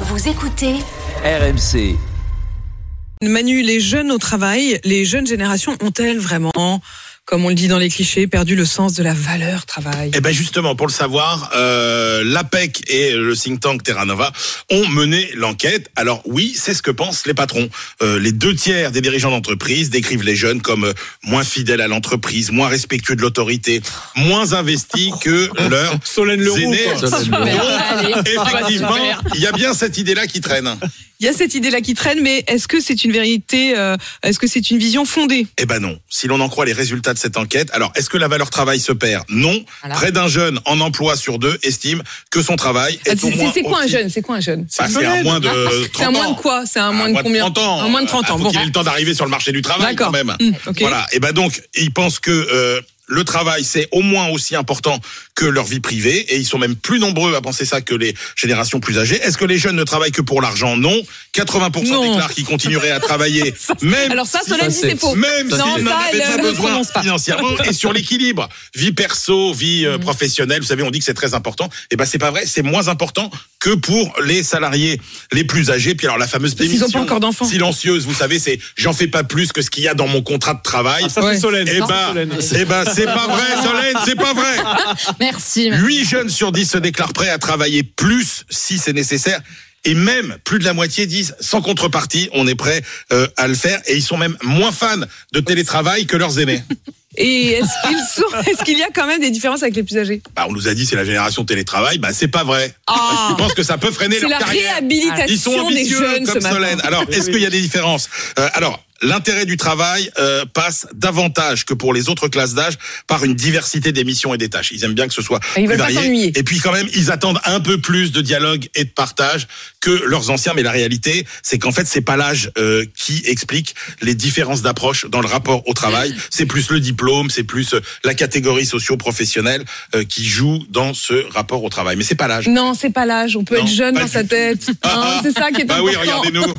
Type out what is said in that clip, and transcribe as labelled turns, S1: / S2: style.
S1: Vous écoutez
S2: RMC.
S3: Manu, les jeunes au travail, les jeunes générations ont-elles vraiment, comme on le dit dans les clichés, perdu le sens de la valeur travail
S4: Eh ben justement, pour le savoir, euh, l'APEC et le think tank Terra Nova ont mené l'enquête. Alors oui, c'est ce que pensent les patrons. Euh, les deux tiers des dirigeants d'entreprise décrivent les jeunes comme euh, moins fidèles à l'entreprise, moins respectueux de l'autorité, moins investis que leurs
S5: Solène
S4: aînés.
S5: Leroux.
S4: Donc,
S3: Allez,
S4: ben, effectivement, il y a bien cette idée-là qui traîne.
S3: Il y a cette idée-là qui traîne, mais est-ce que c'est une vérité euh, Est-ce que c'est une vision fondée
S4: Eh ben non. Si l'on en croit les résultats de cette enquête, alors est-ce que la valeur travail se perd Non. Près d'un jeune en emploi sur deux estime que son travail
S3: Ah,
S4: est, au
S3: C'est
S4: moins
S3: c'est- c'est quoi un
S4: aussi-
S3: jeune C'est quoi un jeune
S4: Bah, c'est un moins de 30
S3: C'est un moins de quoi C'est un moins de combien
S4: 30 ans.
S3: Un moins de 30
S4: Ah,
S3: ans.
S4: faut
S3: Bon,
S4: qu'il ait le temps d'arriver sur le marché du travail quand
S3: d'accord.
S4: même.
S3: Hmm, ok.
S4: Voilà. Et ben donc, ils pensent que euh, le travail, c'est au moins aussi important que leur vie privée, et ils sont même plus nombreux à penser ça que les générations plus âgées. Est-ce que les jeunes ne travaillent que pour l'argent Non. 80%
S3: Non.
S4: déclarent qu'ils continueraient à travailler, même
S3: Alors ça,
S4: si-
S3: Solène dit
S5: c'est-
S3: c'est faux.
S4: même
S3: Non,
S4: si on
S3: ça,
S4: en avait
S3: elle,
S4: pas
S3: elle ne
S4: besoin
S3: prononce pas. Mm.
S4: financièrement et sur l'équilibre vie perso vie euh, professionnelle vous savez on dit que c'est très important et ben c'est pas vrai c'est moins important que pour les salariés les plus âgés puis alors la fameuse
S3: Parce qu'ils ont
S4: démission
S3: pas encore d'enfants.
S4: silencieuse vous savez c'est j'en fais pas plus que ce qu'il y a dans mon contrat de travail
S5: Ah, ça,
S3: Ouais.
S5: c'est Solène.
S4: Eh
S5: Ça, c'est
S4: ben,
S5: Solène.
S4: eh ben, c'est pas vrai, Solène, c'est pas vrai.
S6: Merci.
S4: 8 jeunes sur 10 se déclarent prêts à travailler plus si c'est nécessaire. Et même plus de la moitié disent sans contrepartie, on est prêt euh, à le faire. Et ils sont même moins fans de télétravail que leurs aînés.
S3: Et est-ce qu'ils sont- est-ce qu'il y a quand même des différences avec les plus âgés
S4: Bah, on nous a dit c'est la génération télétravail, bah c'est pas vrai. Parce qu'ils pensent que ça peut freiner
S3: Ah. C'est
S4: leur
S3: la
S4: carrière. Ils sont
S3: réhabilitation des
S4: ambitieux
S3: jeunes ce
S4: comme
S3: matin.
S4: Solène. Alors, est-ce qu'il y a des différences Euh, Alors, l'intérêt du travail euh, passe davantage que pour les autres classes d'âge par une diversité des missions et des tâches. Ils aiment bien que ce soit
S3: Ils veulent
S4: plus
S3: pas s'ennuyer.
S4: varié. Et puis quand même, ils attendent un peu plus de dialogue et de partage que leurs anciens. Mais la réalité, c'est qu'en fait, c'est pas l'âge euh, qui explique les différences d'approche dans le rapport au travail. C'est plus le diplôme, c'est plus euh, la catégorie socio-professionnelle euh, qui joue dans ce rapport au travail. Mais c'est pas l'âge.
S3: Non, c'est pas l'âge. On peut
S4: Non,
S3: être jeune
S4: pas
S3: dans
S4: du
S3: sa
S4: tout.
S3: tête. Hein, c'est ça qui est
S4: Bah
S3: important.
S4: oui, regardez-nous.